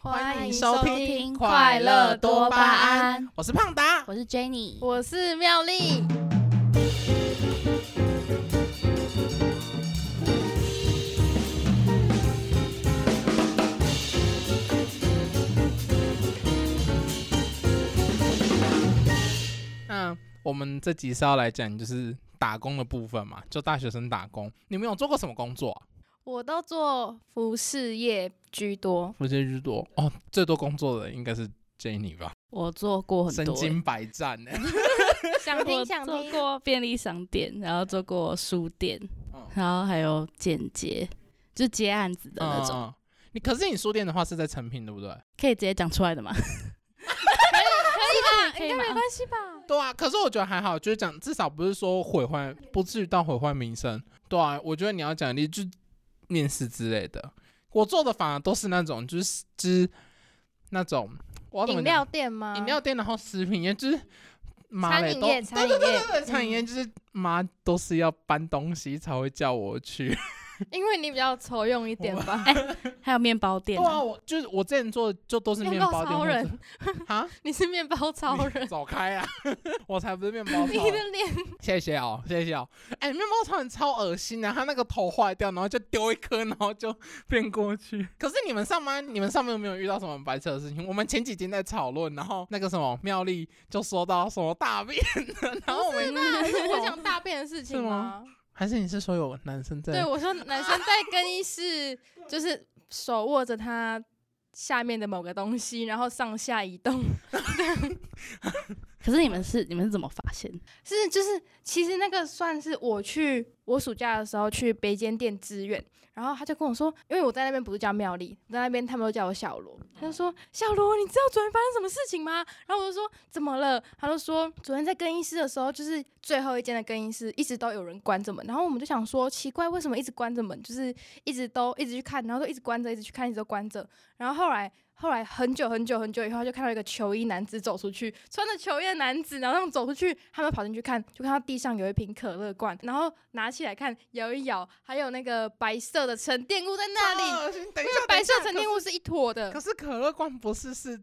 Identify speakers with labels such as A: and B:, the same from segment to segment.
A: 欢
B: 欢
A: 迎
B: 迎
A: 收
B: 收
A: 听
B: 听
A: 《
B: 《
A: 快
B: 快
A: 乐
B: 乐
A: 多
B: 多
A: 巴
B: 巴
A: 胺
B: 胺》，
A: 我是胖达。
B: 我是 Jenny，
C: 我是妙丽，
A: 那我们这集是要来讲就是打工的部分嘛，就大学生打工。你们有做过什么工作、啊？
C: 我都做哦服饰业居多，
A: 我觉得最多哦，最多工作的应该是 Jenny 吧，
B: 我做过很
A: 身
B: 多、欸，
A: 经百战呢、
C: 想
B: 我
C: 听想
B: 做
C: 听。
B: 过便利商店，然后做过书店，
A: 嗯
B: 然后还有剪接，就接案子的那种，
A: 嗯你可是你书店的话是在成品对不对？
B: 可以直接讲出来的吗？
C: 可以吧？
B: 可以
C: 应该没
B: 吗
C: 关系吧？
A: 对啊，可是我觉得还好，就是讲至少不是说毁坏，不至于到毁坏名声。对啊，我觉得你要讲，你就面试之类的，我做的反而都是那种，就是之那种，我要哦怎么
C: 饮
A: 讲
C: 料店吗？
A: 饮料店，然后食品业，就是妈
C: 餐
A: 嘞
C: 饮
A: 都
C: 业，
A: 对
C: 餐饮业
A: 对，餐饮业
C: 嗯
A: 就是妈都是要搬东西才会叫我去。
C: 因为你比较愁用一点 吧。
A: 嗯
B: 还有面包
A: 对
B: 店、
A: 啊，我就是我之前做的就都是
C: 面
A: 面
C: 包
A: 包店
C: 超
A: 或者
C: 人
A: 啊，
C: 你是面包 超
A: 你
C: 人，
A: 走开啊！我才不是面包
C: 哎你
A: 超人。
C: 的脸
A: 谢谢哦，谢谢哦。哎、面包超人超恶心啊的、他那个头坏掉，然后就丢一颗，然后就变过去。 可是你们上班，你们上班有没有遇到什么很白痴的事情？我们前几天在讨论，然后那个什么妙丽就说到什么大便的，然后我们
C: 那是我讲大便的事情
A: 是吗
C: 吗？
A: 还是你是说有男生在？
C: 对，我说男生在更衣室就是手握着他下面的某个东西，然后上下移动，
B: 可是你们是你们是怎么发现？
C: 是就是其实那个算是我去我暑假的时候去北间店支援，然后他就跟我说，因为我在那边不是叫妙丽，我在那边他们都叫我小罗，他就说小罗，你知道昨天发生什么事情吗？然后我就说怎么了？他就说昨天在更衣室的时候，就是最后一间的更衣室一直都有人关着门，然后我们就想说奇怪，为什么一直关着门？就是一直都一直去看，然后都一直关着，一直去看，一直都关着，然后后来。后来很久很久很久以后，就看到一个球衣男子走出去，穿着球衣的男子，然后那种走出去，他们跑进去看，就看到地上有一瓶可乐罐，然后拿起来看，摇一摇，还有那个白色的沉淀物在那
A: 超
C: 里。
A: 恶心。等一
C: 那
A: 下，
C: 个白色
A: 哦等
C: 沉
A: 一下
C: 淀物是一坨的
A: 可，是可是可乐罐不是是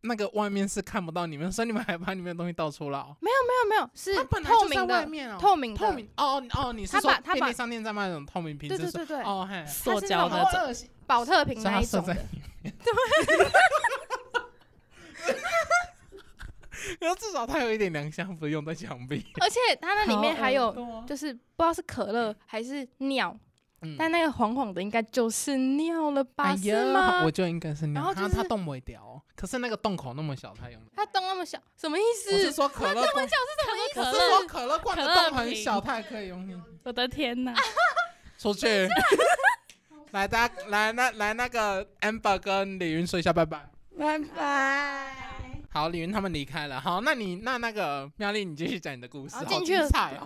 A: 那个外面是看不到你们，所以你们还把里面的东西倒出来、哦。
C: 没有没有，是
A: 它本来
C: 透
A: 就在
C: 明
A: 外
C: 的，
A: 面哦，
C: 透明的
A: 透明哦哦哦，你是
C: 他
A: 说
C: 把他把
A: 便利商店在卖那种透明瓶
C: 对
A: 子
C: 对
A: 是
C: 对对，
A: 哦嘿，
B: 塑胶
C: 它是
B: 那
C: 那
B: 种，
A: 恶心，
C: 保特瓶
A: 所以
C: 那
A: 它
C: 一
A: 射
C: 种
A: 在
C: 的。
A: 里面。对。 然后至少它有一点良香，不是用在墙壁。
C: 而且它那里面
B: 好
C: 还有，
A: 啊，
C: 就是不知道是可乐还是尿，
A: 嗯
C: 但那个黄黄的应该就是尿了吧？
A: 哎
C: 是
A: 呀，
C: 吗
A: 我？就应该是那
C: 然
A: 样。
C: 后
A: 它
C: 就是
A: 它洞不会掉哦，可是那个洞口那么小，它用。
C: 它洞那么小，什么意
A: 我
C: 思
A: 是？说可乐罐，
B: 可
A: 我是
B: 乐，
A: 说可乐罐的
B: 可乐
A: 洞很
B: 瓶
A: 小，它也可以用力。
B: 我的天哪！
A: 出去。 来，大家来那来那个 Amber 跟李云说一下拜拜。
C: 拜拜。
A: 好，李云他们离开了。好，那你那那个妙丽，你继续讲你的故事。
C: 好
A: 好
C: 进去
A: 精
C: 了
A: 彩哦！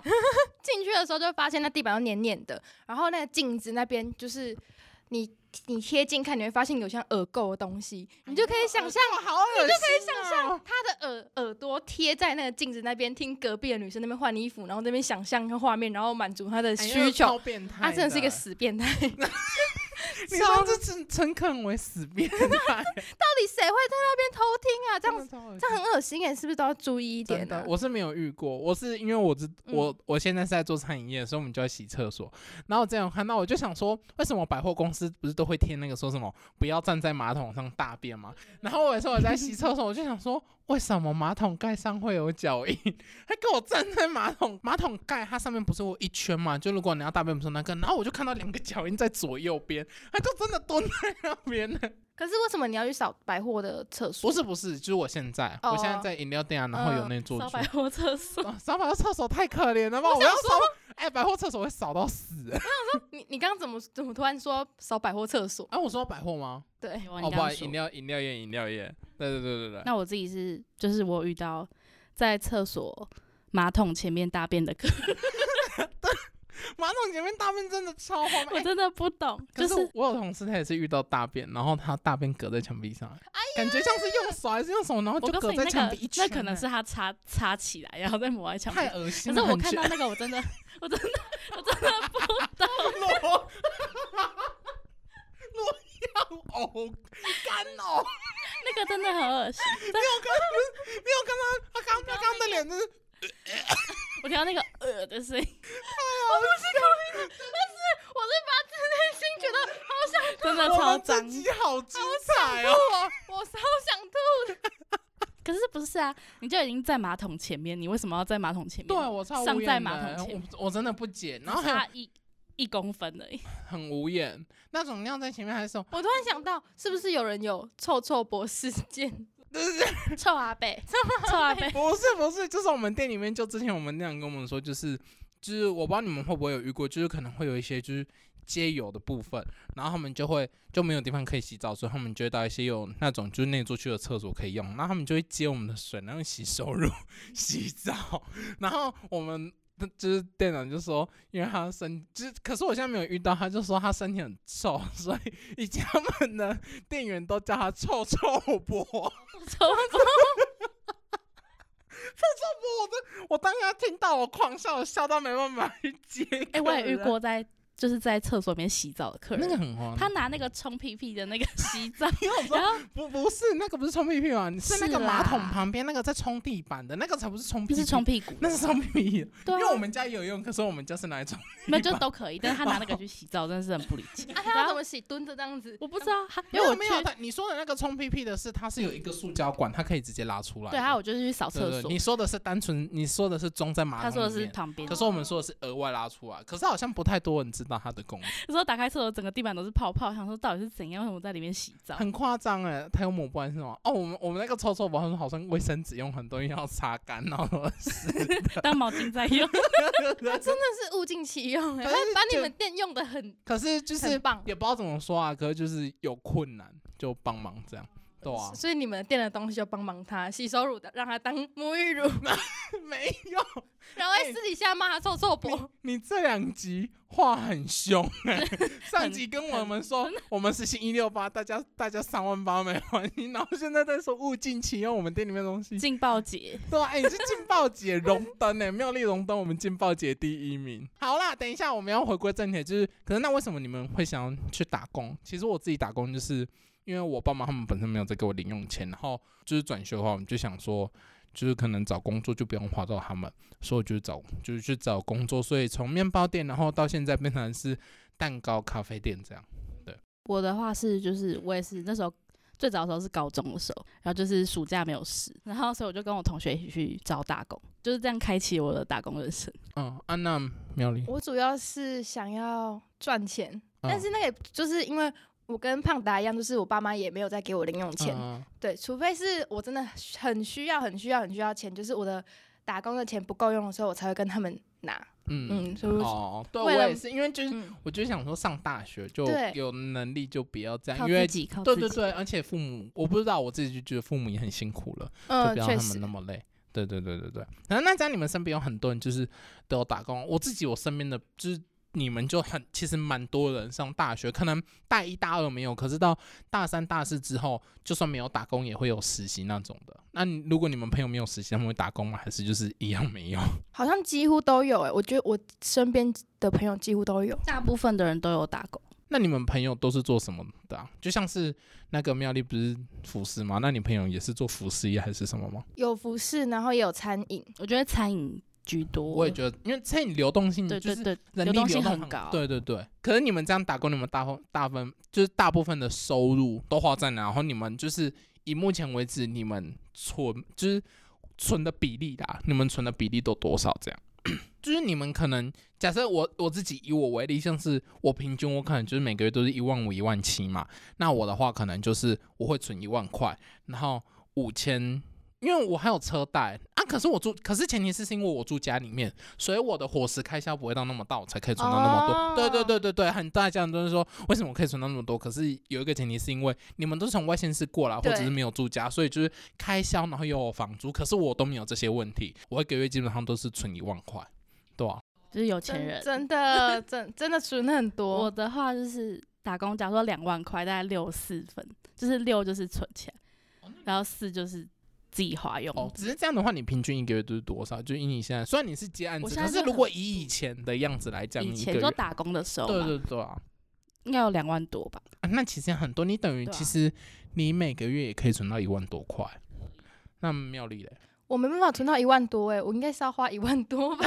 C: 进去的时候就发现那地板都黏黏的，然后那个镜子那边就是你你贴近看，你会发现有像耳垢的东西，你就可
A: 哎
C: 以想象
A: 好恶心、哦，你就可以想象。
C: 他的耳耳朵贴在那个镜子那边，听隔壁的女生那边换衣服，然后那边想象那画面，然后满足他的需求。
A: 哎
C: 啊
A: 变态，
C: 他真的是一个，死变态，到底
A: 你甚至称称肯为死变 态，
C: 谁会在那边偷听啊？这样
A: 子
C: 这样很恶啊心欸耶，是不是都要注意一
A: 嗯
C: 点
A: 真
C: 呢、
A: 的，我是没有遇过，我是因为我知
C: 嗯
A: 我我现在是在做餐饮业，所以我们就要洗厕所。然后我这样看到，我就想说，为什么百货公司不是都会贴那个说什么不要站在马桶上大便吗？ 然后我有时候我在洗厕所，我就想说，为什么马桶盖上会有脚印？ 还给我站在马桶马桶盖，它上面不是有一圈嘛？就如果你要大便，不是有那个，然后我就看到两个脚印在左右边，它就真的蹲在那边呢。
C: 可是为什么你要去扫百货的厕所？
A: 不是不是，就是我现在，
C: 哦嗯
A: 我现在在饮料店啊，然后有那座
B: 烧
A: 区。
B: 百货厕所，
A: 啊扫把的厕所太可怜了吧！我要扫，哎、百货厕所会扫到死、哎
C: 你你刚刚怎么怎么突然说扫百货厕所？
A: 啊，我说百货吗？
C: 对，
A: 哦，
B: 哦
A: 不好意思，饮料饮料业饮料业，对对对对对。
B: 那我自己是，就是我遇到在厕所马桶前面大便的客人，
A: 马桶前面大便真的超荒谬。
B: 我
A: 哎
B: 真的不懂，
A: 可
B: 就是是
A: 我有同事，他也是遇到大便，然后他大便隔在墙壁上，哎感觉像是用手还是用什么，然后
B: 我
A: 就
B: 告诉
A: 隔
B: 你
A: 在
B: 那
A: 墙
B: 个
A: 壁一圈、
B: 那可能是他插插起来，然后再抹在
A: 哎
B: 墙壁。
A: 太恶心
B: 可
A: 了。
B: 是我
A: 很
B: 看
A: 绝
B: 到那个，我真的，我真的，我真的不懂。
A: 裸裸呕，干呕。
B: 那个真的很恶心。
A: 你有看到他刚他刚的脸，就是
B: 我听到那个呃的声音，
C: 我是发自内心觉得好想
B: 真的
A: 我
B: 超
A: 们这
B: 脏。
A: 集好精彩哦！
C: 吐，我超想吐的。
B: 可是不是啊？你就已经在马桶前面，你为什么要在马桶前面？
A: 对，啊我超
B: 上
A: 无
B: 在
A: 言
B: 马
A: 的
B: 桶前
A: 我我真的不 解，然后还有
B: 差一一公分而已。
A: 很无言，那种尿在前面还是什么？
C: 我突然想到，是不是有人有臭臭博事件？
B: 臭阿贝，臭阿 贝，
A: 不是不是，就是我们店里面就之前我们店长跟我们说，就是就是我不知道你们会不会有遇过，就是可能会有一些就是街友的部分，然后他们就会就没有地方可以洗澡，所以他们就会到一些有那种就是内住区的厕所可以用，那他们就会接我们的水，然后洗手乳洗澡，然后我们。 就是店长就说，因为他身，就是 可是我现在没有遇到，他就说他身体很臭，所以以前他们的店员都叫他臭臭伯。
B: 臭
A: 我的，我当下听到我狂笑，我笑到没办法去接。
B: 哎、我也遇，过在就是在厕所里面洗澡的客人，
A: 啊那个很慌。
B: 他拿那个冲屁屁的那个 洗 澡，
A: 因为我说
B: 然后
A: 不不是那个不是冲屁屁啊，是那个
B: 是
A: 马
B: 啦
A: 桶旁边那个在冲地板的那个才不是冲屁
B: 就
A: 屁，
B: 是冲屁股，
A: 那是冲屁屁。
B: 对、啊，
A: 因为我们家也有用，可是我们家是拿来冲。
B: 没有就都可以，但是他拿那个去洗澡，真的是很不理 解。
C: 啊，他要怎么洗？蹲着这样子？
B: 我不知道，他因
A: 没
B: 为
A: 有
B: 我
A: 没有，
B: 去，
A: 他你说的那个冲屁屁的是，它是有一个塑胶管，它可以直接拉出来的。
B: 对，还有我就是去扫
A: 对对
B: 厕所
A: 你，说的是单纯，你说的是装在马桶
B: 他说的
A: 里
B: 是
A: 面
B: 旁边，
A: 可是我们说的是额外拉出来，可是好像不太多人知道它的功能。
B: 有时候打开厕所，整个地板都是泡泡，想说到底是怎样，为什么在里面洗澡？
A: 很夸张哎，他有抹布还是什么？哦，我们我们那个抽抽包好像卫生纸用很多，因为要擦干，然后什么事
B: 当毛巾在用，
C: 真的是物尽其用哎、
A: 可
C: 他
A: 是
C: 把你
A: 就
C: 们店用的很
A: 可是就是
C: 很棒，
A: 也不知道怎么说啊，可是就是有困难就帮忙这样，对啊，
C: 所以你们店的东西就帮忙他，洗手乳的让他当沐浴乳，
A: 没有，
C: 然后在私底下骂他臭臭婆。
A: 你这两集话很凶哎、 上集跟我们说我们是新一六八，大家大家三万八没关系，然后现在在说物尽其用，我们店里面的东西，
B: 劲爆姐，
A: 对啊，哎、你是劲爆姐荣登哎，妙丽荣登我们劲爆姐第一名。好啦，等一下我们要回归正题，就是，可是那为什么你们会想要去打工？其实我自己打工就是因为我爸妈他们本身没有在给我零用钱，然后就是转学的话，我们就想说，就是可能找工作就不用花到他们，所以我就找就是去找工作，所以从面包店，然后到现在变成是蛋糕咖啡店这样。
B: 我的话是就是我也是那时候。最早的时候是高中的时候，然后就是暑假没有事，然后所以我就跟我同学一起去找打工，就是这样开启我的打工人生。
A: 嗯，安娜妙丽，
C: 我主要是想要赚钱，但
A: 嗯
C: 是那个就是因为我跟胖达一样，就是我爸妈也没有再给我零用钱，
A: 嗯
C: 对，除非是我真的很需要、很需要、很需要钱，就是我的打工的钱不够用的时候，我才会跟他们拿。
A: 嗯。嗯
C: 嗯，所以我
A: 哦，对，我
C: 为了
A: 也是，因为就是
C: 嗯，
A: 我就想说，上大学就
C: 对
A: 有能力就不要这样，
B: 靠
A: 啊因为
B: 自己，靠自
A: 对
B: 己。
A: 对对，而且父母我不知道，我自己就觉得父母也很辛苦了，就
C: 嗯，
A: 不要让
C: 确
A: 他们
C: 实
A: 那，么累。对对对对对。然后那在你们身边有很多人就是都有打工，我自己我身边的就是你们就很其实蛮多人上大学，可能大一大二没有，可是到大三大四之后，就算没有打工也会有实习那种的。那你如果你们朋友没有实习，他们会打工吗？还是就是一样没有？
C: 好像几乎都有诶、欸我觉得我身边的朋友几乎都有。
B: 大部分的人都有打工，
A: 那你们朋友都是做什么的、啊？就像是那个妙丽不是服饰吗？那你朋友也是做服饰业还是什么吗？
C: 有服饰，然后也有餐饮，
B: 我觉得餐饮居多。
A: 我也觉得，因为餐饮流动性
B: 对
A: 就
B: 对
A: 是
B: 对，
A: 人力
B: 流动性
A: 流
B: 很
A: 很
B: 高
A: 对对对。可是你们这样打工，你们大分大分就是大部分的收入都花在哪？然后你们就是以目前为止，你们存就是存的比例啦，你们存的比例都多少？这样 就是你们可能假设我我自己以我为例，像是我平均我可能就是每个月都是一万五、一万七嘛。那我的话可能就是我会存一万块，然后五千。因为我还有车贷啊，可是我住，可是前提是是因为我住家里面，所以我的伙食开销不会到那么大，我才可以存到那么多。
C: 哦
A: 对对对对对，很大家都是说为什么我可以存到那么多？可是有一个前提是因为你们都是从外县市过来，或者
C: 对
A: 是没有住家，所以就是开销，然后又有房租，可是我都没有这些问题，我一个月基本上都是存一万块，对啊，
B: 就是有钱
C: 真
B: 人。
C: 真 的真真的存很
B: 我
C: 多。
B: 的话就是打工，假如说两万块，大概六四分，就是六就是存钱，然后四就是自己花用。
A: 哦哦，只是这样的话，你平均一个月都是多少？就以你现在，虽然你是接案
B: 我
A: 子，
B: 现
A: 可
B: 在
A: 是
B: 是
A: 如果
B: 很
A: 以以前的样子来讲，
B: 以
A: 你一个
B: 前
A: 月哦
B: 就，打工的时候嘛，
A: 对对对啊，
B: 应该有两万多吧。
A: 啊那其实很多，你等于
B: 对啊
A: 其实你每个月也可以存到一万多块。那妙 丽嘞？
C: 我没办法存到一万多哎、我应该是要花一万多 吧，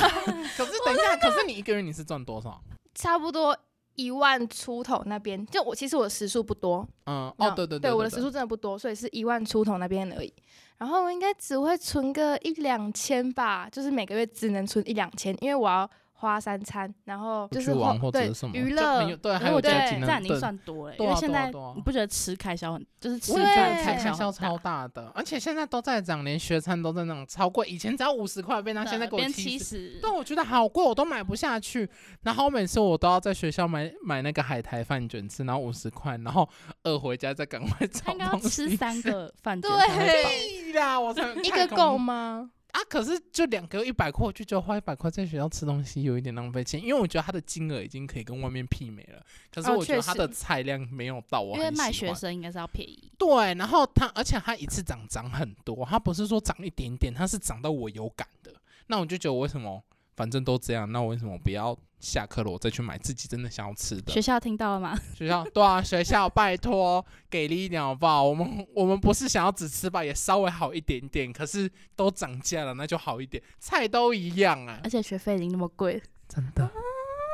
A: 可是等一下，可是你一个月你是赚多少？
C: 差不多一万出头那边。就我其实我的时数不多，
A: 嗯，哦，对对
C: 对，我的时
A: 对
C: 数真的不多，所以是一万出头那边而已。然后我应该只会存个一两千吧，就是每个月只能存一两千，因为我要花三餐，然后
A: 出
C: 就是
A: 去玩
C: 后
A: 或者
C: 对
A: 是什么
C: 娱
A: 就
C: 乐
A: 没有对，
B: 可
A: 还
B: 是
A: 有
B: 我觉
A: 家
B: 得
A: 庭
B: 这
A: 能
B: 样已经
A: 等，
B: 算多了，
A: 对
B: 因
A: 啊
B: 为现
A: 对啊
B: 在
A: 对啊
B: 你不觉得吃开销很，就是吃
C: 我也
B: 饭
C: 对
A: 开
B: 开
C: 觉得
A: 销
B: 很
A: 超
B: 大，
A: 大的，而且现在都在涨，连学餐都在那种超贵，以前只要五十块被他现在给我
B: 啊变
A: 七
B: 七
A: 十。
B: 十，
A: 但我觉得好贵，我都买不下去。然后每次我都要在学校买买那个海苔饭卷吃，然后五十块，然后饿回家再赶快
B: 他
A: 找
B: 应该要
A: 东
B: 吃
A: 西。
B: 三 个饭店
C: 对
B: 才会饱
A: 屁啦，我才
C: 一
A: 太
C: 个
A: 恐
C: 够
A: 怖
C: 吗？
A: 啊！可是就两个一百块，我就觉得花一百块在学校吃东西有一点浪费钱，因为我觉得它的金额已经可以跟外面媲美了。可是
C: 哦
A: 我觉得
C: 确
A: 它的
C: 实
A: 菜量没有到我
B: 因为
A: 很
B: 卖
A: 喜
B: 学
A: 欢
B: 生应该是要便宜，
A: 对，然后它，而且它一次涨涨很多，它不是说涨一点点，它是涨到我有感的。那我就觉得我为什么反正都这样，那我为什么不要下课了我再去买自己真的想要吃的
B: 学？校听到了吗？
A: 学校对啊，学校拜托给力一点好不好？我们我们不是想要只吃吧，也稍微好一点点，可是都涨价了，那就好一点，菜都一样啊
B: 而，且学费已经那么贵，
A: 真的。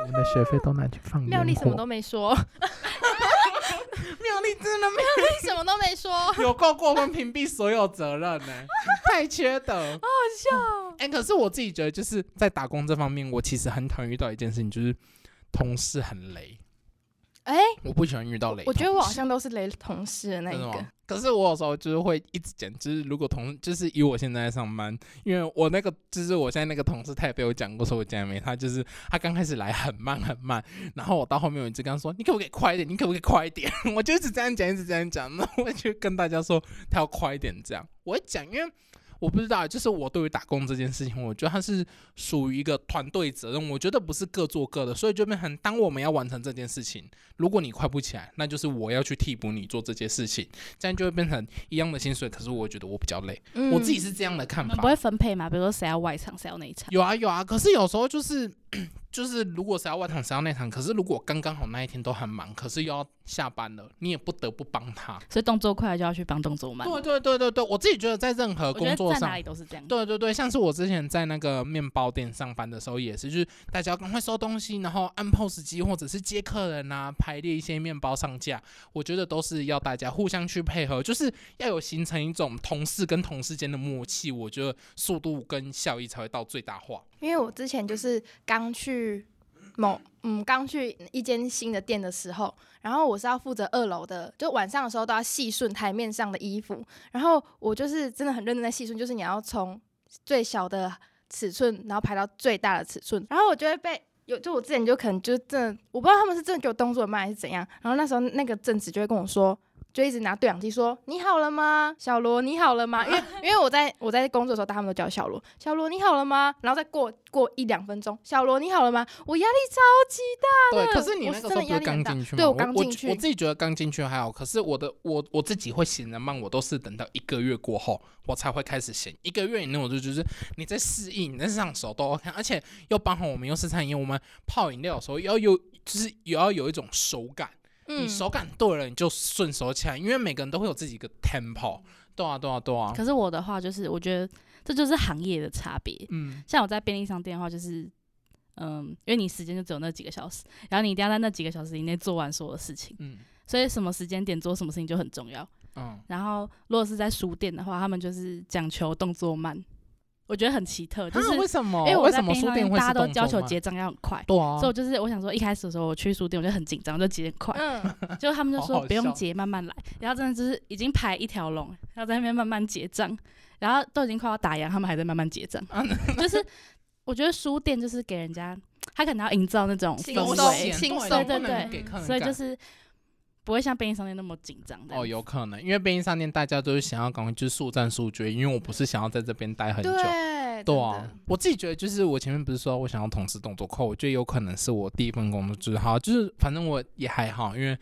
A: 我们的学费都拿去放
C: 妙丽什么都 没说，
A: 妙丽真的没
C: 你什么都没说。
A: 有够过分屏蔽所有责任呢、太缺德。哎、可是我自己觉得，就是在打工这方面，我其实很讨厌遇到一件事情，就是同事很雷。
C: 哎、
A: 我不喜欢遇到雷同
C: 我
A: 事。
C: 觉得我好像都是雷同事的那一
A: 哎真的
C: 个
A: 吗。可是我有时候就是会一直讲，就是如果同就是以我现在在上班，因为我那个就是我现在那个同事，他也被我讲过，说我讲没他就是他刚开始来很慢很慢，然后我到后面我一直跟他说，你可不可以快一点？你可不可以快一点？ 我就一直这样讲，一直这样讲，那我就跟大家说他要快一点，这样我会讲，因为。我不知道，就是我对于打工这件事情，我觉得它是属于一个团队责任，我觉得不是各做各的，所以就变成当我们要完成这件事情，如果你快不起来，那就是我要去替补你做这些事情，这样就会变成一样的薪水，可是我觉得我比较累，
C: 嗯
A: 我自己是这样的看
B: 你
A: 法
B: 们。不会分配嘛？比如说谁要外场，谁要内场，
A: 有啊有啊，可是有时候就是 就是，如果谁要外场，谁要内场，可是如果刚刚好那一天都很忙，可是又要下班了，你也不得不帮他。
B: 所以动作快就要去帮动作慢。
A: 对对对对对，我自己觉得在任何
B: 我觉
A: 呃工作
B: 得在
A: 上
B: 哪里，都是这样。
A: 对对对，像是我之前在那个面包店上班的时候也是，就是大家要赶快收东西，然后按 POS 机或者是接客人啊，排列一些面包上架。我觉得都是要大家互相去配合，就是要有形成一种同事跟同事间的默契。我觉得速度跟效益才会到最大化。
C: 因为我之前就是刚去某嗯刚去一间新的店的时候，然后我是要负责二楼的，就晚上的时候都要细顺台面上的衣服，然后我就是真的很认真在细顺，就是你要从最小的尺寸，然后排到最大的尺寸，然后我就会被。有就我之前就可能就真的，我不知道他们是真的觉得我动作很慢还是怎样。然后那时候那个正职就会跟我说，就一直拿对讲机说：“你好了吗，小罗？你好了吗？”因为 因为我在我在工作的时候，大家们都叫我小罗，小罗你好了吗？然后再过过一两分钟，小罗你好了吗？我压力超级
A: 对，
C: 的
A: 可是你
C: 我
A: 那个
C: 真
A: 时候
C: 的
A: 不
C: 压
A: 是
C: 力
A: 刚
C: 很大
A: 进去吗？
C: 对我刚进去
A: 我自己觉得刚进去还好，可是我的我我自己会显得慢，我都是等到一个月过后我才会开始显。一个月以内，我就觉得你在适应，你在上手都 OK，而且又帮好我们又是餐饮业，我们泡饮料的时候要有就是也要有一种手感。
C: 嗯
A: 你手感对了，你就顺手起来，因为每个人都会有自己一个 tempo。对啊，对啊，对啊。
B: 可是我的话就是，我觉得这就是行业的差别。
A: 嗯，
B: 像我在便利商店的话，就是。嗯，因为你时间就只有那几个小时，然后你一定要在那几个小时以内做完所有事情，
A: 嗯
B: 所以什么时间点做什么事情就很重要。
A: 嗯，
B: 然后如果是在书店的话，他们就是讲求动作慢，我觉得很奇特，就是
A: 啊为什么？
B: 因为我
A: 为
B: 在
A: 什么
B: 便利
A: 书
B: 商
A: 店
B: 店
A: 会
B: 大家
A: 是
B: 都
A: 动
B: 要
A: 作
B: 求
A: 慢
B: 结账要很快。
A: 对啊，
B: 所以 我就是我想说，一开始的时候我去书店我就很紧张，就结很快，
C: 嗯，
B: 就他们就
A: 好
B: 说
A: 好
B: 不
A: 笑
B: 用结，慢慢来。然后真的就是已经排一条龙，然后在那边慢慢结账，然后都已经快要打烊，他们还在慢慢结账。 就是我觉得书店就是给人家，他可能要营造那种
C: 轻
B: 氛
A: 有
C: 松
A: 闲
B: 围，
C: 轻
A: 对
C: 松
A: 能
B: 对
A: 不
B: 对
A: 能
B: 对
A: 给客人
B: 所以
A: 感
B: 就是不会像便利商店那么紧张的。
A: 哦，有可能，因为便利商店大家都是想要赶快就是速战速决，因为我不是想要在这边待很久。
C: 对
A: 对
C: 真
A: 啊
C: 的，
A: 我自己觉得就是我前面不是说我想要同时动作快，我觉得有可能是我第一份工作就是好，就是反正我也还好，因为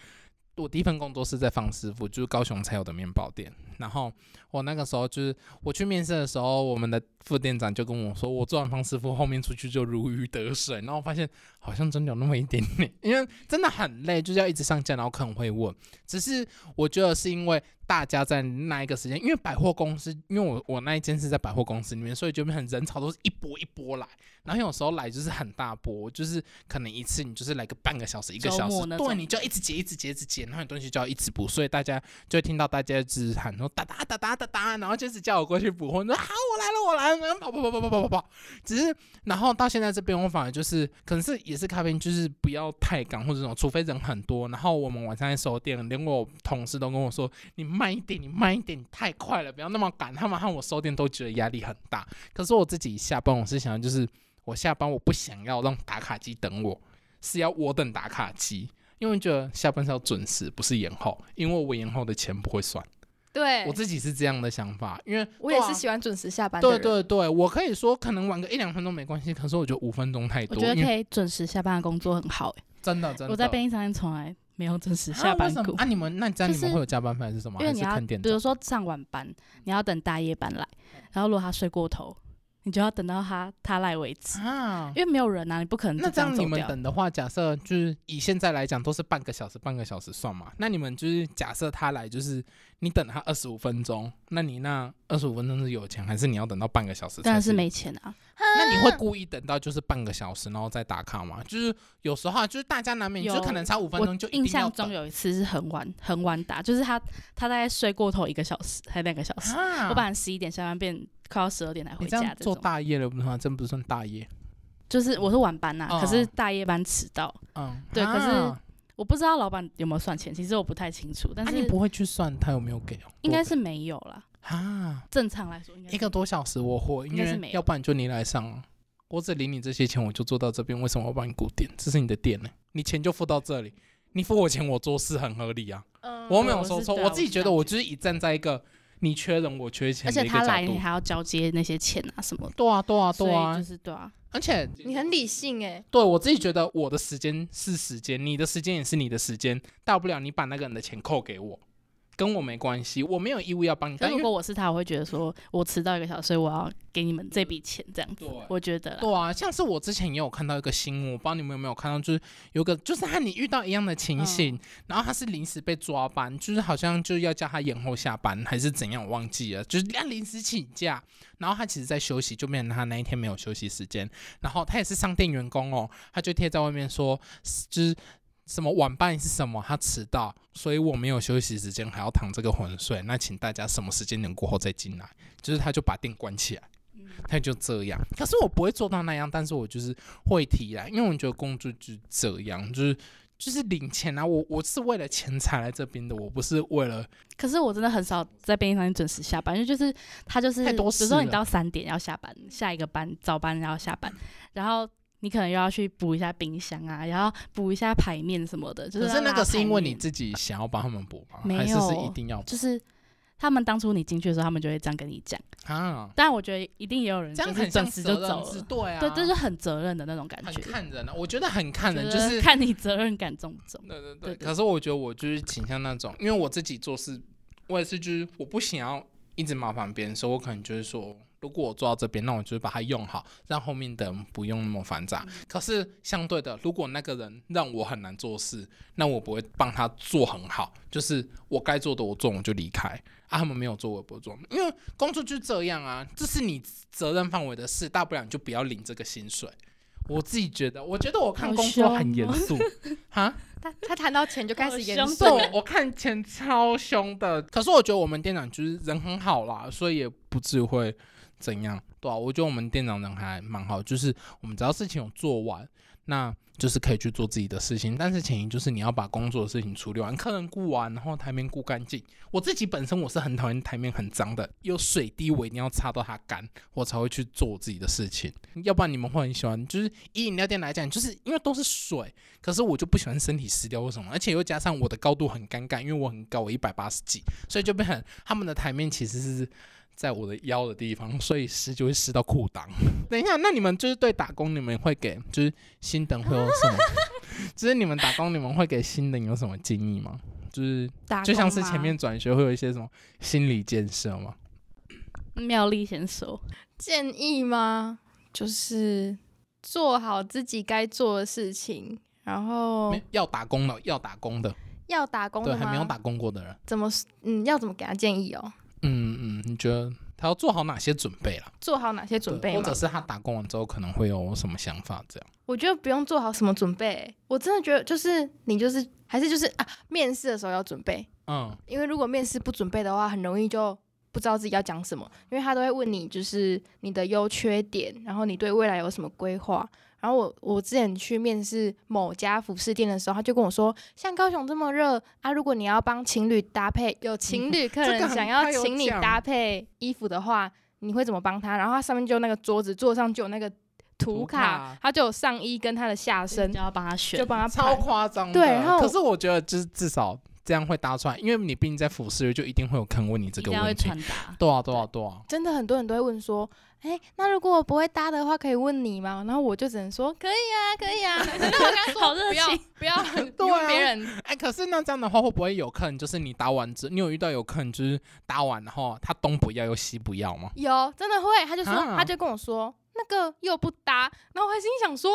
A: 我第一份工作是在方师傅，就是高雄才有的面包店。然后我那个时候就是我去面试的时候，我们的副店长就跟我说，我做完方师傅后面出去就如鱼得水。然后我发现好像真的有那么一点点，因为真的很累，就是要一直上架，然后客人会问。只是我觉得是因为大家在那一个时间，因为百货公司，因为我我那一间是在百货公司里面，所以就变成人潮都是一波一波来，然后有时候来就是很大波，就是可能一次你就是来个半个小时、一个小
B: 周
A: 时
B: 末，那种
A: 对，你就一直结、一直结、一直结，然后你东西就要一直补，所以大家就会听到大家一直喊说哒哒哒哒哒哒，然后就是叫我过去补货，你说好，我来了，我来了，然后跑跑跑跑跑跑跑跑，只是然后到现在这边，我反而就是可能是也是咖啡因，就是不要太赶或者那种，除非人很多。然后我们晚上在收店，连我同事都跟我说：“你慢一点，你慢一点，你太快了，不要那么赶。”他们和我收店都觉得压力很大。可是我自己下班，我是想要就是我下班我不想要让打卡机等我，是要我等打卡机，因为觉得下班是要准时，不是延后，因为我延后的钱不会算。
C: 对，
A: 我自己是这样的想法，因为
C: 我也
A: 对啊
C: 是喜欢准时下班的
A: 对
C: 人。
A: 对啊对，我可以说可能晚个一两分钟没关系，可是我觉得五分钟太
B: 我
A: 多，
B: 觉得
A: 因为
B: 可以准时下班的工作很好、欸。
A: 真的真的。啊
B: 我在便利商店从来没有准时下
A: 啊为
B: 班
A: 什么
B: 过，
A: 啊？你们那这样
B: 就
A: 你们
B: 是
A: 会有加班费还是什么？
B: 因为
A: 还
B: 你
A: 是
B: 要
A: 看店
B: 比
A: 长
B: 如说上晚班，你要等大夜班来，然后如果他睡过头，你就要等到他他来为止，
A: 啊？
B: 因为没有人啊，你不可能
A: 那
B: 就
A: 这
B: 这
A: 样
B: 走
A: 你们
B: 掉。
A: 等的话，假设就是以现在来讲都是半个小时，半个小时算嘛？那你们就是假设他来，就是你等他二十五分钟，那你那二十五分钟是有钱，还是你要等到半个小时？
B: 当然是。没钱啊，
A: 那你会故意等到就是半个小时，然后再打卡吗？就是有时候啊，就是大家难免就
B: 有
A: 可能才五分
B: 我
A: 钟就一定
B: 印
A: 要
B: 象
A: 等
B: 中有一次是很晚很晚打，就是他他大概睡过头一个小时还两个小时，
A: 啊
B: 我本来十一点下班变快要十二点才回
A: 你这
B: 家
A: 样
B: 这
A: 做
B: 种。
A: 大业了，不算真不算大业。
B: 就是我是晚班呐、
A: 哦
B: 可是大夜班迟到，
A: 嗯，
B: 对可是
A: 啊
B: 我不知道老板有没有算钱，其实我不太清楚，但
A: 啊、你
B: 是
A: 不会去算他有没有给哦？
B: 应该
A: 多
B: 是没有啦。
A: 啊，
B: 正常来说应该
A: 一个多小时我会，因
B: 应该是
A: 为
B: 没有
A: 要不然就你来上啊，我只领你这些钱，我就做到这边，为什么我帮你固定？这是你的店呢、你钱就付到这里，你付我钱，我做事很合理啊，
C: 嗯
A: 我没有
B: 我是
A: 说错，
B: 对啊
A: 我
B: 我
A: 自己
B: 是
A: 觉
B: 这
A: 得
B: 样
A: 我
B: 觉
A: 就是以站在一个你缺人我缺钱
B: 而
A: 的
B: 且
A: 一个
B: 他
A: 角
B: 来你
A: 度。
B: 还要交接那些钱啊什么的，
A: 对啊，对啊，
B: 所
A: 对
B: 以就
A: 啊，
B: 是对啊，
A: 而且
C: 你很理性哎、
A: 对我自己觉得我的时间是时间，你的时间也是你的时间，大不了你把那个人的钱扣给我，跟我没关系，我没有义务要帮你。
B: 但
A: 但
B: 如
A: 因为
B: 果我是他，我会觉得说我迟到一个小时，所以我要给你们这笔钱这样子
A: 对，
B: 我觉得啦
A: 对啊，像是我之前也有看到一个新闻，我不知道你们有没有看到，就是有个就是和你遇到一样的情形，然后他是临时被抓班，就是好像就要叫他延后下班还是怎样，我忘记了，就是要临时请假，然后他其实在休息，就变成他那一天没有休息时间，然后他也是商店员工哦，他就贴在外面说，就是。什么晚班是什么？他迟到，所以我没有休息时间，还要淌这个浑水。那请大家什么时间点过后再进来？就是他就把店关起来。他就这样。可是我不会做到那样，但是我就是会提啦，因为我觉得工作就是这样，就是就是领钱啊。我我是为了钱才来这边的，我不是为了
B: 可是我真的很少在便利商店准时下班，因为就是他就是
A: 太多
B: 有
A: 事
B: 时候你
A: 了
B: 到三点要下班，下一个班早班然后下
A: 嗯
B: 班，然后你可能又要去补一下冰箱啊，然后补一下排面什么的，就是要
A: 可是那
B: 拉
A: 个是
B: 排
A: 因为你
B: 面
A: 自己想要帮他们补吗？
B: 没
A: 还是是
B: 有
A: 一定要
B: 就是他们当初你进去的时候，他们就会这样跟你讲。
A: 啊？
B: 但我觉得一定也有人
A: 这
B: 就
A: 样
B: 是
A: 很
B: 准
A: 像
B: 时就
A: 责任
B: 走
A: 制
B: 了，
A: 对啊，
B: 对，这是很责任的那种感
A: 很
B: 觉，
A: 看人啊。我觉得很看人，
B: 觉
A: 就
B: 得
A: 是
B: 看你责任感重不重。
A: 对对
B: 对
A: 对。
B: 对
A: 可是我觉得我就是倾向那种，因为我自己做事，我也是就是我不想要一直麻烦别人，所以我可能就是说，如果我做到这边，那我就是把它用好，让后面的人不用那么繁杂。
B: 嗯
A: 可是相对的，如果那个人让我很难做事，那我不会帮他做很好，就是我该做的我做，我就离开。啊，他们没有做，我也不会做，因为工作就是这样啊，这是你责任范围的事，大不了你就不要领这个薪水。我自己觉得，我觉得我看
B: 好
A: 工作
B: 凶哦
A: 很严 肃哈，
C: 他他谈到钱就开
B: 好
C: 始 严
B: 凶
C: 肃
A: 对，
B: 动
A: 我我看钱超凶的。可是我觉得我们店长就是人很好啦，所以也不至于会怎样，对啊，我觉得我们店长人还蛮好，就是我们只要事情有做完，那就是可以去做自己的事情。但是前提就是你要把工作的事情处理完，客人顾完，然后台面顾干净。我自己本身我是很讨厌台面很脏的，有水滴我一定要擦到它干，我才会去做我自己的事情。要不然你们会很喜欢，就是以饮料店来讲，就是因为都是水，可是我就不喜欢身体湿掉，为什么？而且又加上我的高度很尴尬，因为我很高，我一百八十几，所以就变成他们的台面其实是在我的腰的地方，所以湿就会湿到裤裆。 等一下，那你们就是对打工，你们会给 就是新人会有什么？就是你们打工，你们会给新人有什么建议吗？就是
B: 打
A: 就像
B: 工
A: 是前
B: 吗
A: 面转学会有一些什么心理建设嘛？
B: 妙丽先说，
C: 建议吗？就是做好自己该做的事情，然后
A: 没要打工的，要打工的，
C: 要打工
A: 对，
C: 的
A: 还没有
C: 吗？
A: 打工过的人，
C: 怎么嗯，要怎么给他建议哦？
A: 嗯嗯，你觉得他要做好哪些准备啊啦？
C: 做好哪些准
A: 对
C: 备
A: 或
C: 吗
A: 者？是他打工完之后可能会有什么想法？这样
C: 我觉得不用做好什么准备、我真的觉得就是你就是还是就是啊，面试的时候要准备，
A: 嗯，
C: 因为如果面试不准备的话，很容易就不知道自己要讲什么，因为他都会问你就是你的优缺点，然后你对未来有什么规划。然后我我之前去面试某家服饰店的时候，他就跟我说，像高雄这么热啊，如果你要帮情侣搭配，有情侣客
A: 这个
C: 人
A: 很
C: 想要
A: 他有
C: 请你
A: 讲
C: 搭配衣服的话，你会怎么帮他？然后他上面就那个桌子桌上就有那个
A: 图
C: 图
A: 卡
C: 卡，他就有上衣跟他的下身
B: 你就，要帮他选
C: 就，帮他
A: 超
C: 排
A: 夸张的。
C: 对然后
A: 可是我觉得就是至少这样会搭出来，因为你毕竟在服饰业就一定会有坑问你这
B: 一
A: 个
B: 定要会
A: 问题
B: 传。 达。
A: 对啊，对啊，对啊。
C: 真的很多人都会问说，哎、那如果我不会搭的话，可以问你吗？然后我就只能说可以啊，可以啊。 然后我跟他说
B: 好热
C: 不要
B: 情
C: 不要你
A: 对啊
C: 问别人，
A: 哎、可是那这样的话会不会有客人就是你打完之，你有遇到有客人就是打完然后他东不要又西不要吗？
C: 有真的会，他就说、
A: 啊
C: 他就跟我说那个又不搭，然后我还心想说。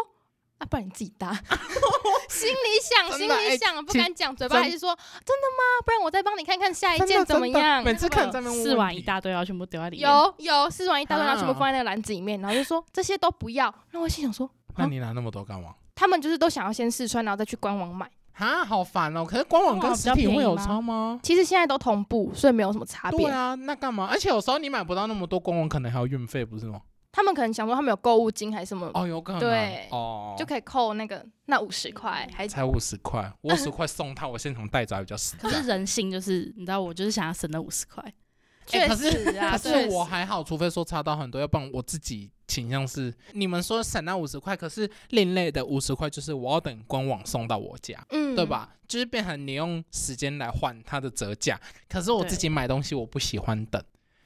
C: 啊，不然你自己 搭，心里想，
A: 真
C: 心
A: 的哎
C: 里想，不
A: 其
C: 敢讲，嘴巴
A: 真
C: 还是说真的吗？不然我再帮你看看下一
A: 真的
C: 件怎么
A: 真的
C: 样？
A: 每次
C: 看
A: 看在那边问
B: 试完
A: 题
B: 一大堆，然后全部丢在里面。
C: 有有试完一大堆，然后全部
A: 啊
C: 放在那个篮子里面，然后就说这些都不要。那我心想说，
B: 啊
A: 那你拿那么多干嘛？
C: 他们就是都想要先试穿，然后再去官网买。
A: 啊，好烦哦！可是官网
B: 官
A: 跟
B: 网比
A: 实
B: 较
A: 体
B: 便
A: 会
B: 宜
A: 有
B: 吗
A: 差吗？
C: 其实现在都同步，所以没有什么差别。
A: 对啊，那干嘛？而且有时候你买不到那么多，官网可能还有运费，不是吗？
C: 他们可能想说他们有购物金还是什么，
A: 哦，有可能。
C: 对
A: 哦，
C: 就可以扣那个那五十块，还
A: 才五十块，我五十块送他，我现场带走还比较实
B: 可
A: 在。
B: 是人性就是，你知道，我就是想要省那五十块。
A: 哎
C: 确
A: 可是
C: 实啊，
A: 可
C: 对，
A: 是我还好，除非说差到很多，要不然我自己倾向是你们说省那五十块，可是另类的五十块就是我要等官网送到我家，
C: 嗯
A: 对？吧？就是变成你用时间来换它的折价。可是我自己买东西我不喜欢等，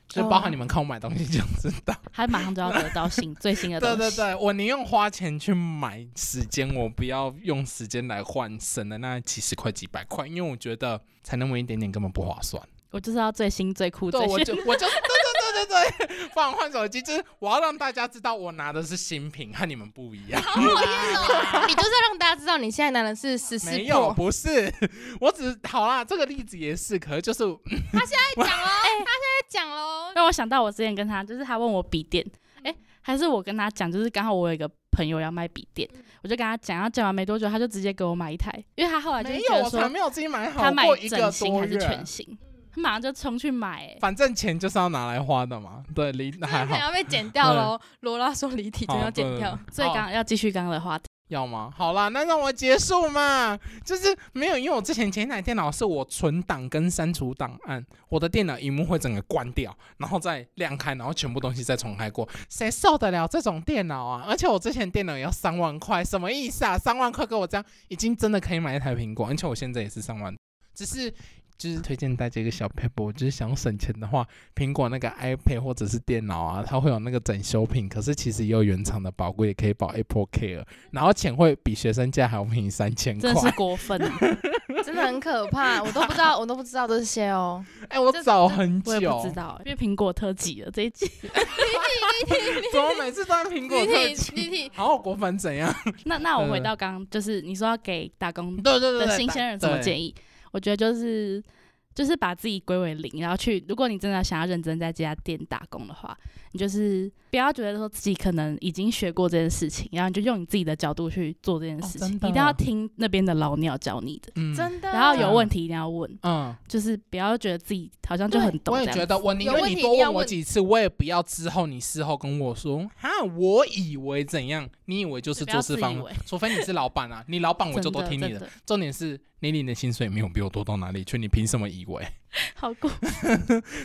A: 就是
B: 哦
A: 包含你们看我买东西就知道。
B: 他马上就要得到新最新的东
A: 对
B: 西。
A: 对 对，我宁愿花钱去买时间，我不要用时间来换，省了那几十块几百块，因为我觉得才那么一点点根本不划算。
B: 我就是要最新最酷最
A: 对，我
B: 炫。
A: 就我就对对对对对， 不然换手机，就是我要让大家知道我拿的是新品，和你们不一样。
C: 好讨厌哦！你就是要让大家知道你现在拿的是十四
A: 没
C: p
A: 有，
C: r
A: 不是，我只是好啦，这个例子也是，可是就是
C: 讲喽，他现在讲喽，
B: 让我想到我之前跟他，就是他问我笔电，
A: 嗯
B: 哎、还是我跟他讲，就是刚好我有一个朋友要卖笔电，
A: 嗯
B: 我就跟他讲，他讲完没多久，他就直接给我买一台，因为他后来就
A: 没
B: 是
A: 有，
B: 觉
A: 我
B: 得
A: 才
B: 说
A: 没有自己买好
B: 他买
A: 过一个
B: 整新
A: 多
B: 还是
A: 月哦
B: 全。新，他马上就冲去买、哎
A: 反正钱就是要拿来花的嘛，对，离还
C: 可能
A: 好，嗯哦
C: 要被剪掉喽。罗拉说离体真的
A: 好
C: 要剪
A: 对
C: 掉，
B: 所以
A: 好
B: 刚刚要继续刚刚的话题，
A: 要吗？好啦，那让我结束嘛。就是没有，因为我之前前一台电脑是我存档跟删除档案，我的电脑荧幕会整个关掉，然后再亮开，然后全部东西再重开过，谁受得了这种电脑啊？而且我之前电脑也要三万块，什么意思啊？三万块给我这样，已经真的可以买一台苹果，而且我现在也是三万，只是。就是推荐大家一个小 paper，就是想省钱的话，苹果那个 iPad 或者是电脑啊，它会有那个整修品，可是其实也有原厂的宝贵，也可以保 Apple Care。然后钱会比学生价还要便宜三千块
B: 真的。是过分，
C: 真的很可怕，我都不知 道，我都不知道这些哦。
A: 哎、我
C: 这
A: 找很
B: 我也不知
A: 久，
B: 道、欸因为苹果特辑了这一集，
A: 怎么每次都在苹果特
C: 离
A: 辑？
C: 体离体，
A: 好，果粉怎样？
B: 那那我回
A: 嗯
B: 到刚刚，就是你说要给打工
A: 对对对
B: 的
A: 对，
B: 新鲜人怎么建
A: 议？
B: 议？我觉得就是就是把自己归为零，然后去，如果你真的想要认真在这家店打工的话，你就是不要觉得说自己可能已经学过这件事情，然后你就用你自己的角度去做这件事
A: 哦
B: 情，
A: 真
B: 一
A: 的
B: 定要听那边的老鸟教你的，
A: 嗯
C: 真的。啊
B: 然后有问题一定要问，
A: 嗯，
B: 就是不要觉得自己好像就很懂
A: 我
B: 这
A: 也
B: 样
A: 觉
B: 子。
A: 得，我宁
C: 有
A: 愿
C: 问
A: 你
C: 题
A: 多
C: 一定要
A: 问我
C: 问
A: 几次，我也不要之后你事后跟我说，哈，我以为怎样，你以为就是
B: 不要
A: 做事
B: 自
A: 方
B: 以
A: 法
B: 为，
A: 除非你是老板啊，你老板我就
B: 真
A: 都
B: 的
A: 听你
B: 真
A: 的。
B: 的
A: 重点是你领的薪水没有比我多到哪里去，你凭什么以为？
B: 好过，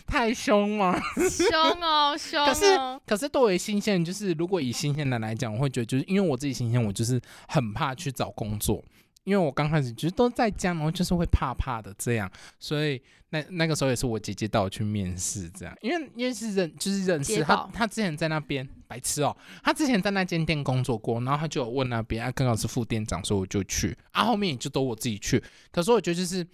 A: 太凶了。
C: 凶哦，凶
A: 可是
C: 哦，
A: 可是对于新鲜人，就是如果以新鲜人来讲，我会觉得就是因为我自己新鲜，我就是很怕去找工作，因为我刚开始就是都在家，然后就是会怕怕的这样，所以那那个时候也是我姐姐带我去面试这样，因为因为是认就是认识
C: 街
A: 她
C: 道，
A: 她之前在那边白痴哦、她之前在那间店工作过，然后她就有问那边，啊，刚好是副店长，所以我就去，啊，后面也就都我自己去，可是我觉得就是。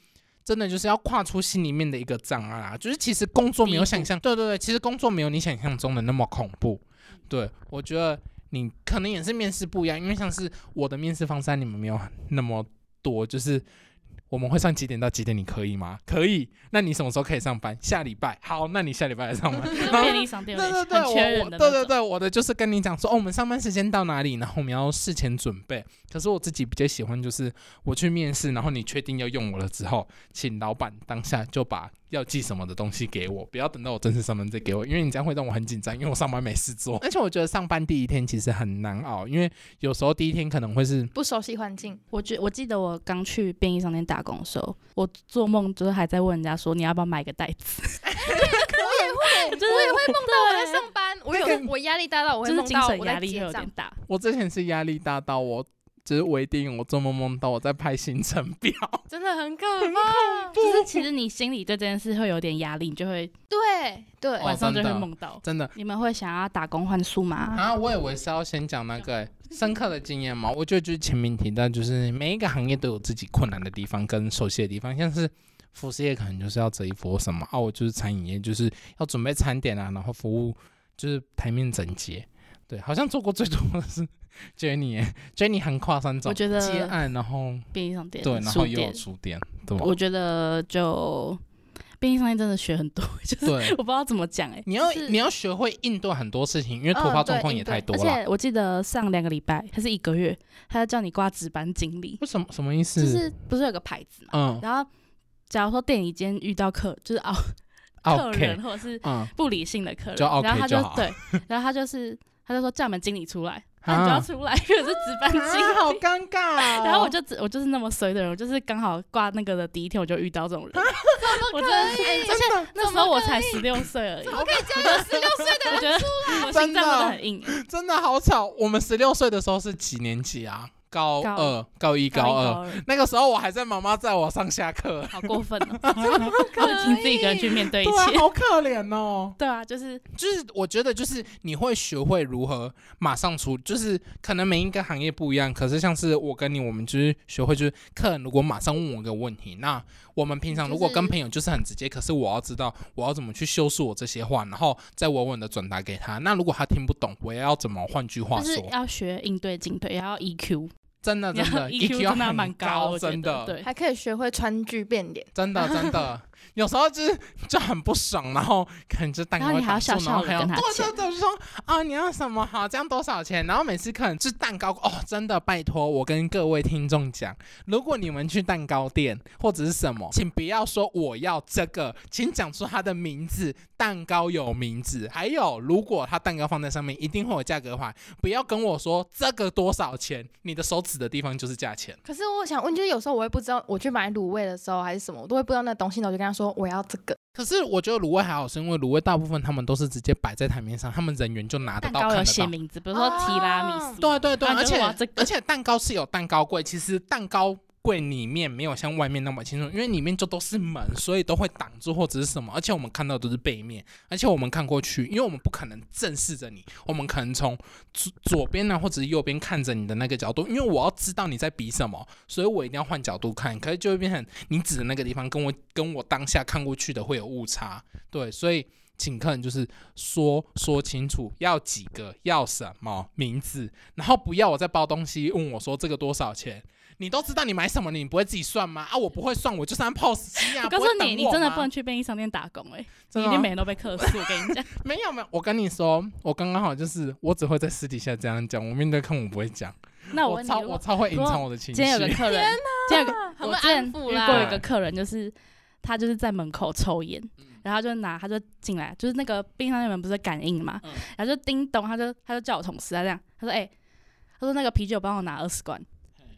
A: 真的就是要跨出心里面的一个障碍啊，就是其实工作没有想象，对对对，其实工作没有你想象中的那么恐怖。对我觉得你可能也是面试不一样，因为像是我的面试方式和你们没有那么多，就是我们会上几点到几点，你可以吗？可以。那你什么时候可以上班？下礼拜。好，那你下礼拜来上 班。然后
B: 便利商店有
A: 对
B: 点 像
A: 对对，
B: 很缺
A: 我
B: 人
A: 我
B: 的
A: 对
B: 那
A: 对
B: 种。
A: 对，我的就是跟你讲说，哦，我们上班时间到哪里，然后我们要事前准备。可是我自己比较喜欢就是我去面试，然后你确定要用我了之后，请老板当下就把要寄什么的东西给我，不要等到我正式上班再给我，因为你这样会让我很紧张，因为我上班没事做。而且我觉得上班第一天其实很难熬，因为有时候第一天可能会是
C: 不熟悉环境，
B: 我觉我记得我刚去便利商店打工的时候，我做梦就是还在问人家说你要不要买个袋 子，
C: 我也会，
B: 就是
C: 我也会梦到我在
B: 对
C: 上班，我有
A: 这个
C: 我压力大到我会
B: 就是
C: 梦
B: 精
C: 到
B: 神
C: 我
B: 压
C: 在
B: 力会
C: 结
B: 有
C: 账
B: 点， 大。
A: 我之前是压力大到我。就是我一定，我做梦梦到我在拍行程表，
C: 真的很可怕。
B: 就是其实你心里对这件事会有点压力，你就会
C: 对对，
A: 哦
B: 晚上就会
A: 真的
B: 梦到。
A: 真的
B: 你们会想要打工换宿吗？
A: 啊，我以为是要先讲那个欸深刻的经验嘛。我觉得就是前面提到，就是每一个行业都有自己困难的地方跟熟悉的地方，像是服饰业可能就是要折衣服或什么，啊，我就是餐饮业就是要准备餐点啊，然后服务就是台面整洁。对，好像做过最多的是 Jenny，Jenny、Jenny 横跨三种，
B: 我觉得
A: 接案，然后
B: 便利商店、
A: 对，然
B: 书
A: 后又有
B: 店，
A: 书店，对吧？
B: 我觉得就便利商店真的学很多， 就是
A: 对，
B: 我不知道怎么讲哎、
A: 你要
B: 就是
A: 你要学会应对很多事情，因为突
C: 嗯
A: 发
C: 对
A: 状况
C: 应
A: 也
C: 对
A: 太多
B: 而
A: 了。
B: 且我记得上两个礼拜还是一个月，他要叫你挂值班经理，
A: 为什么什么意思？
B: 就是不是有个牌子嘛？
A: 嗯
B: 然后假如说店里今天遇到客，就是熬客
A: ，OK，
B: 人或者是
A: 嗯，
B: 不理性的客人，
A: 就 OK
B: 然后他
A: 就
B: 就
A: 好
B: 对，然后他就是他就说叫我们经理出来，
A: 啊
B: 那、你就要出来，因为我是值班经
A: 啊，好
B: 理。
A: 尴尬、哦。
B: 然后我就只我就是那么随的人，我就是刚好挂那个的第一天我就遇到这种人，我真
C: 嗯
B: 的是，而且
A: 真的
B: 那时候我才十六岁而已，
C: 我可以这样十六岁的
B: 我觉得我
A: 真
B: 心脏
C: 哦
A: 的
B: 真的很硬，
A: 啊真的好巧。我们十六岁的时候是几年级啊？高
B: 高
A: 二、高一、高二。
B: 二
A: 那个时候我还在妈妈载我上下课，
B: 好过分 哦，我已经自己一个人去面对一
A: 对啊，
B: 切，
A: 好可怜哦。
B: 对啊，就是
A: 就是我觉得，就是你会学会如何马上出，就是可能每一个行业不一样，可是像是我跟你，我们就是学会，就是客人如果马上问我一个问题，那我们平常如果
C: 就是
A: 跟朋友就是很直接，可是我要知道我要怎么去修饰我这些话，然后再稳稳的转达给他。那如果他听不懂，我也要怎么换句话
B: 就是
A: 说？
B: 要学应对进退，也要 E EQ，
A: 真 的真
B: 然后
A: 的，E
B: EQ
A: 要
B: E 真的蛮
A: 很
B: 高，我觉
A: 真
B: 得
A: 的
B: 对。
C: 还可以学会川剧变脸，
A: 真的真的，有时候就是就很不爽，然后可能就蛋糕
B: 然后你还要
A: 挡
B: 笑
A: 住
B: 笑
A: 然后
B: 地
A: 还要
B: 跟他
A: 对
B: 讲
A: 对对，就说啊你要什么好，这样多少钱？然后每次客人吃蛋糕哦，真的拜托我跟各位听众讲，如果你们去蛋糕店或者是什么，请不要说我要这个，请讲出它的名字，蛋糕有名字，还有如果它蛋糕放在上面一定会有价格牌，不要跟我说这个多少钱，你的手指的地方就是价钱。
C: 可是我想问，就是有时候我会不知道，我去买卤味的时候还是什么，我都会不知道那东西，然后我就跟他说我要这个。
A: 可是我觉得卤味还好，是因为卤味大部分他们都是直接摆在台面上，他们人员就拿得
B: 蛋
A: 到、
B: 糕
A: 看
B: 有
A: 得
B: 写
A: 到。
B: 名字，比如说提拉米苏，
A: 哦对对对，
B: 啊你
A: 而
B: 就
A: 且
B: 说哇这个
A: 而且蛋糕是有蛋糕柜，其实蛋糕柜里面没有像外面那么清楚，因为里面就都是门，所以都会挡住或者是什么。而且我们看到都是背面，而且我们看过去，因为我们不可能正视着你，我们可能从左左边啊呢、或者是右边看着你的那个角度，因为我要知道你在比什么，所以我一定要换角度看，可是就会变成你指的那个地方跟我跟我当下看过去的会有误差，对，所以。请客人就是说说清楚要几个，要什么名字，然后不要我在包东西问我说这个多少钱，你都知道你买什么，你不会自己算吗？啊，我不会算，我就是按 POS 机啊。
B: 我告诉
A: 会等
B: 你，你
A: 我
B: 真的
A: 吗
B: 不能去便利商店打工哎、
A: 真
B: 你
A: 的
B: 一定
A: 吗
B: 每天都被客诉。我跟你 讲，
A: 没有没有，我跟你说，我刚刚好就是我只会在私底下这样讲，我面对客户我不会讲，
B: 那
A: 我
B: 问你，
A: 超
B: 如
A: 我
B: 果
A: 超会隐
B: 如果
A: 藏我的情绪
B: 今。天有个客人，今天有个
C: 很
B: 我
C: 会
B: 之前
C: 安抚
B: 遇
C: 啦
B: 过一个客人，就是他就是在门口抽烟，
A: 嗯
B: 然后他就拿他就进来，就是那个冰箱那门不是感应嘛，
A: 嗯
B: 然后就叮咚，他就他就叫我同事，他这样，他说哎、欸他说那个啤酒帮我拿二十罐，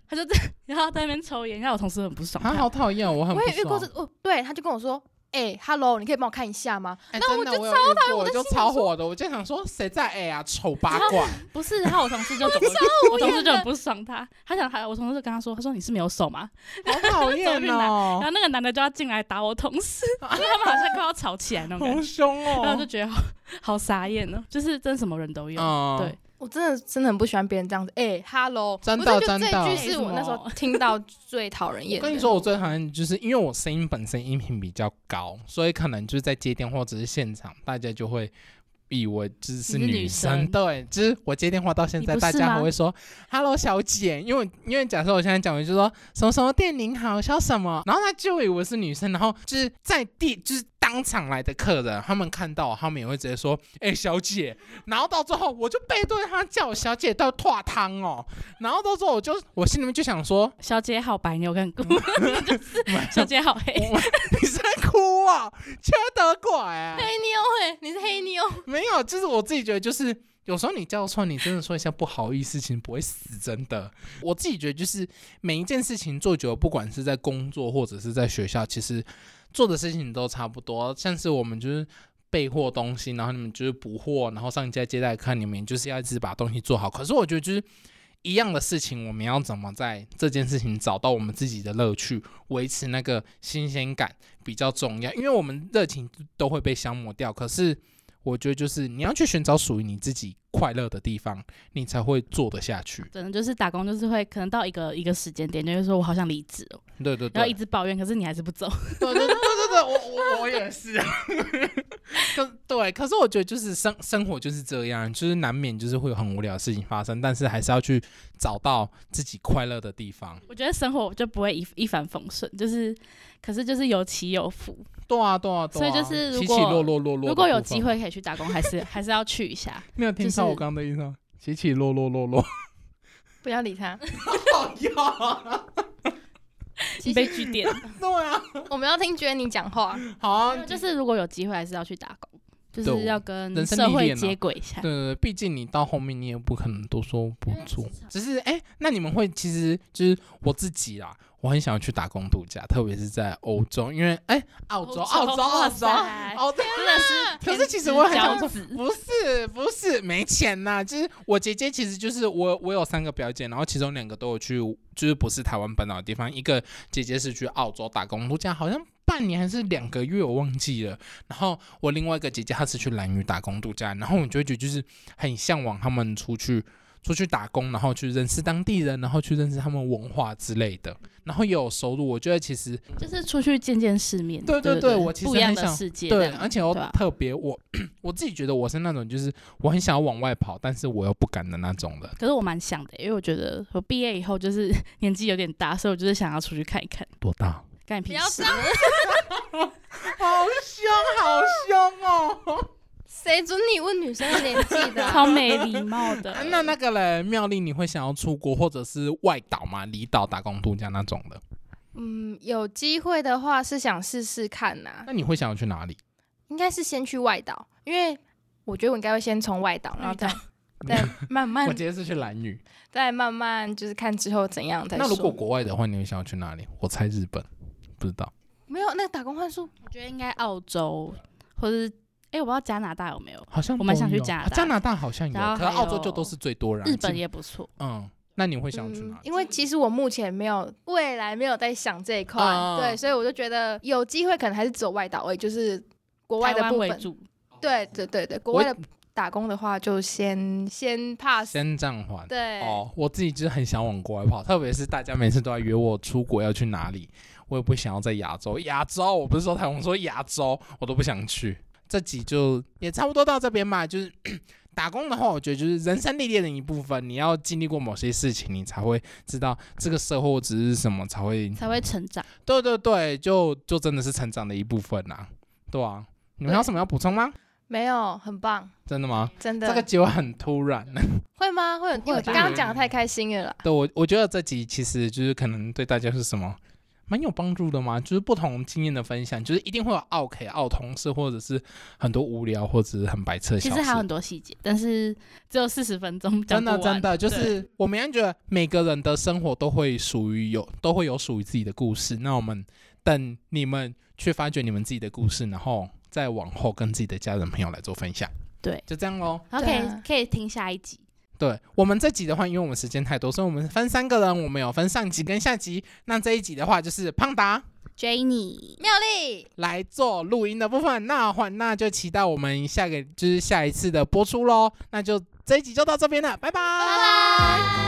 B: 他就这样， 然后在那边抽烟，然后我同事很不爽
A: 啊，
B: 他，
A: 好讨厌，我很
C: 我
A: 不
C: 也遇过
A: 爽
C: 这，哦，对，他就跟我说，哎、h e l l o 你可以帮我看一下吗？
A: 哎
C: 那
A: 真
C: 我
A: 的
C: 就
A: 有遇过我就超火的，我就想说谁在 A 啊，丑八 怪，
B: 不是，然后我同事就怎么，我同事就很不爽他，他想还我同事就跟他说，他说你是没有手吗？
A: 好讨 厌
B: 然
A: 哦，
B: 后那个男的就要进来打我同事， 因为他们好像快要吵起来那种感
A: 好
B: 觉，
A: 凶
B: 然后我
A: 哦
B: 就。觉得好好傻眼哦，就是真的什么人都有，
A: 嗯
B: 对，
C: 我真的真的很不喜欢别人这样子。哎、哈喽，
A: 沾
C: 我
A: 到
C: 就觉得
A: 沾到
C: 这句是我那时
B: 为
C: 候听到最讨人厌
A: 我
C: 的。
A: 跟你说，我最讨厌就是因为我声音本身音频比较高，所以可能就是在接电话或者是现场，大家就会以为就是
B: 你是女
A: 女生。
B: 生
A: 对，就是我接电话到现
B: 你
A: 在，
B: 不
A: 大
B: 是
A: 家还
B: 吗
A: 会说 “hello 小姐”，因为因为假设我现在讲，我就说什么什么店您好，叫什么，然后他就以为是女生，然后就是在地就是当场来的客人，他们看到我他们也会直接说“哎、小姐”，然后到最后我就背对他叫我小姐到拓汤哦，然后到最后我就我心里面就想说。
B: 小姐好白，你有看过？ 就是小姐好黑，
A: 我 你是在哭啊？缺德鬼、
C: 黑
A: 欸！
C: 妞哎、你是黑妞，
A: 没有，就是我自己觉得，就是有时候你叫错，你真的说一下不好意思，其实不会死，真的。我自己觉得，就是每一件事情做久了，不管是在工作或者是在学校，其实做的事情都差不多。像是我们就是。备货东西，然后你们就是补货，然后上家接待看你们就是要一直把东西做好。可是我觉得就是一样的事情，我们要怎么在这件事情找到我们自己的乐趣，维持那个新鲜感比较重要，因为我们热情都会被消磨掉。可是我觉得就是你要去寻找属于你自己快乐的地方，你才会做得下去。
B: 真的就是打工，就是会可能到一个一个时间点，就会说我好想离职哦，
A: 对对
B: 然
A: 对，
B: 后一直抱怨，可是你还是不走。
A: 对对对对对，我我我也是。啊 可对，可是我觉得就是生生活就是这样，就是难免就是会有很无聊的事情发生，但是还是要去找到自己快乐的地方。
B: 我觉得生活就不会一一帆风顺，就是可是就是有起有伏。
A: 对啊对啊对
B: 所以
A: 啊，
B: 就是如
A: 起
B: 果
A: 起落落落落。
B: 如果有机，会可以去打工，还是还是要去一下。
A: 你有听
B: 就是
A: 到我刚刚的意思吗？起起落落落落。
C: 不要理他。
A: 好呀，
C: 其
B: 被
C: 实
B: 拒点，
A: 对啊，
C: 我们要听 Jenny 讲话，
A: 好啊，
B: 哦
C: 嗯
B: 就是如果有机会，还是要去打工，就是要跟
A: 人生
B: 社
A: 历
B: 会
A: 练啊
B: 接轨一下。
A: 对对对，毕竟你到后面你也不可能都说不做，只是哎、那你们会其实就是我自己啦，我很想要去打工度假，特别是在欧洲，因为哎、澳洲澳洲澳洲澳洲，
B: 真的是
A: 哦可
B: 天之骄子，
A: 是其实我很想说，不是不是没钱呐，就是我姐姐其实就是我我有三个表姐，然后其中两个都有去，就是不是台湾本岛的地方，一个姐姐是去澳洲打工度假，好像半年还是两个月，我忘记了。然后我另外一个姐姐她是去兰屿打工度假，然后我就会觉得就是很向往他们出去出去打工，然后去认识当地人，然后去认识他们文化之类的，然后也有收入。我觉得其实
B: 就是出去见见世面。
A: 对对
B: 对
A: 对我其实
B: 不一样
A: 很
B: 的
A: 想
B: 世界这
A: 对，
B: 样。
A: 而且我
B: 对啊吧
A: 特别我 我自己觉得我是那种就是我很想要往外跑，但是我又不敢的那种人。
B: 可是我蛮想的，因为我觉得我毕业以后就是年纪有点大，所以我就是想要出去看一看，
A: 多大？
B: 干你
C: 不
B: 屁
C: 要
B: 事
C: 这。样，
A: 好凶，好凶哦！，
C: 谁准你问女生的年纪的啊、
B: 超没礼貌的
A: 啊那那个嘞，妙丽，你会想要出国或者是外岛吗？离岛打工度假那种的？
C: 嗯，有机会的话是想试试看呐、
A: 那你会想要去哪里？
C: 应该是先去外岛，因为我觉得我应该会先从外岛，然后再 再慢慢
B: 嗯
A: 我今天是去蓝屿。
C: 再慢慢就是看之后怎样再说。
A: 那如果国外的话，你会想要去哪里？我猜日本，不知道。
C: 没有那个打工换宿，
B: 我觉得应该澳洲，或者是哎、我不知道加拿大有没有，
A: 好像
B: 我蛮
A: 都
B: 想去
A: 有
B: 加拿
A: 啊
B: 大
A: 加拿大好像有，
B: 然后
A: 可是
B: 还
A: 澳洲
B: 有
A: 就都是最多人啊。
B: 日本
A: 基
B: 也不错。
A: 嗯，那你会想要去
C: 嗯
A: 哪，里？
C: 因为其实我目前没有未来没有在想这一块，
A: 啊
C: 对，所以我就觉得有机会可能还是走外岛位，就是国外的
B: 台湾
C: 部
B: 为
C: 分。
B: 主，
C: 对对对对，国
A: 我
C: 外的打工的话就先先 pass，
A: 先暂缓。
C: 对，
A: 哦，我自己就是很想往国外跑，特别是大家每次都在约我出国要去哪里，我也不想要在亚洲。亚洲，我不是说台湾，我说亚洲，我都不想去。这集就也差不多到这边吧。就是 打工的话，我觉得就是人生历练的一部分，你要经历过某些事情，你才会知道这个社会值是什么，才会
B: 才会成长。
A: 对对对，就就真的是成长的一部分啦、对啊，你们还有什么要补充吗？
C: 没有很棒，
A: 真的吗？
C: 真的、
A: 这个结尾很突然。
C: 会吗？会很，因为
B: 会吧
C: 刚刚讲的太开心了啦。
A: 对我，我觉得这集其实就是可能对大家是什么蛮有帮助的嘛，就是不同经验的分享，就是一定会有奥 K 奥同事，或者是很多无聊或者是很白痴的
B: 其
A: 小
B: 实还有
A: 事
B: 很。多细节，但是只有四十分钟讲不
A: 真的
B: 完。
A: 真的，就
B: 对
A: 是我们觉得每个人的生活都会属于有都会有属于自己的故事。那我们等你们去发掘你们自己的故事，然后再往后跟自己的家人朋友来做分享。
B: 对，
A: 就这样喽。
B: 然后可
C: 对啊
B: 以可以听下一集。
A: 对我们这集的话，因为我们时间太多，所以我们分三个人，我们有分上集跟下集。那这一集的话就是胖达
B: Jenny，
C: 妙丽，
A: 来做录音的部分。那换那就期待我们下个就是下一次的播出喽。那就这一集就到这边了，拜拜。
B: 拜。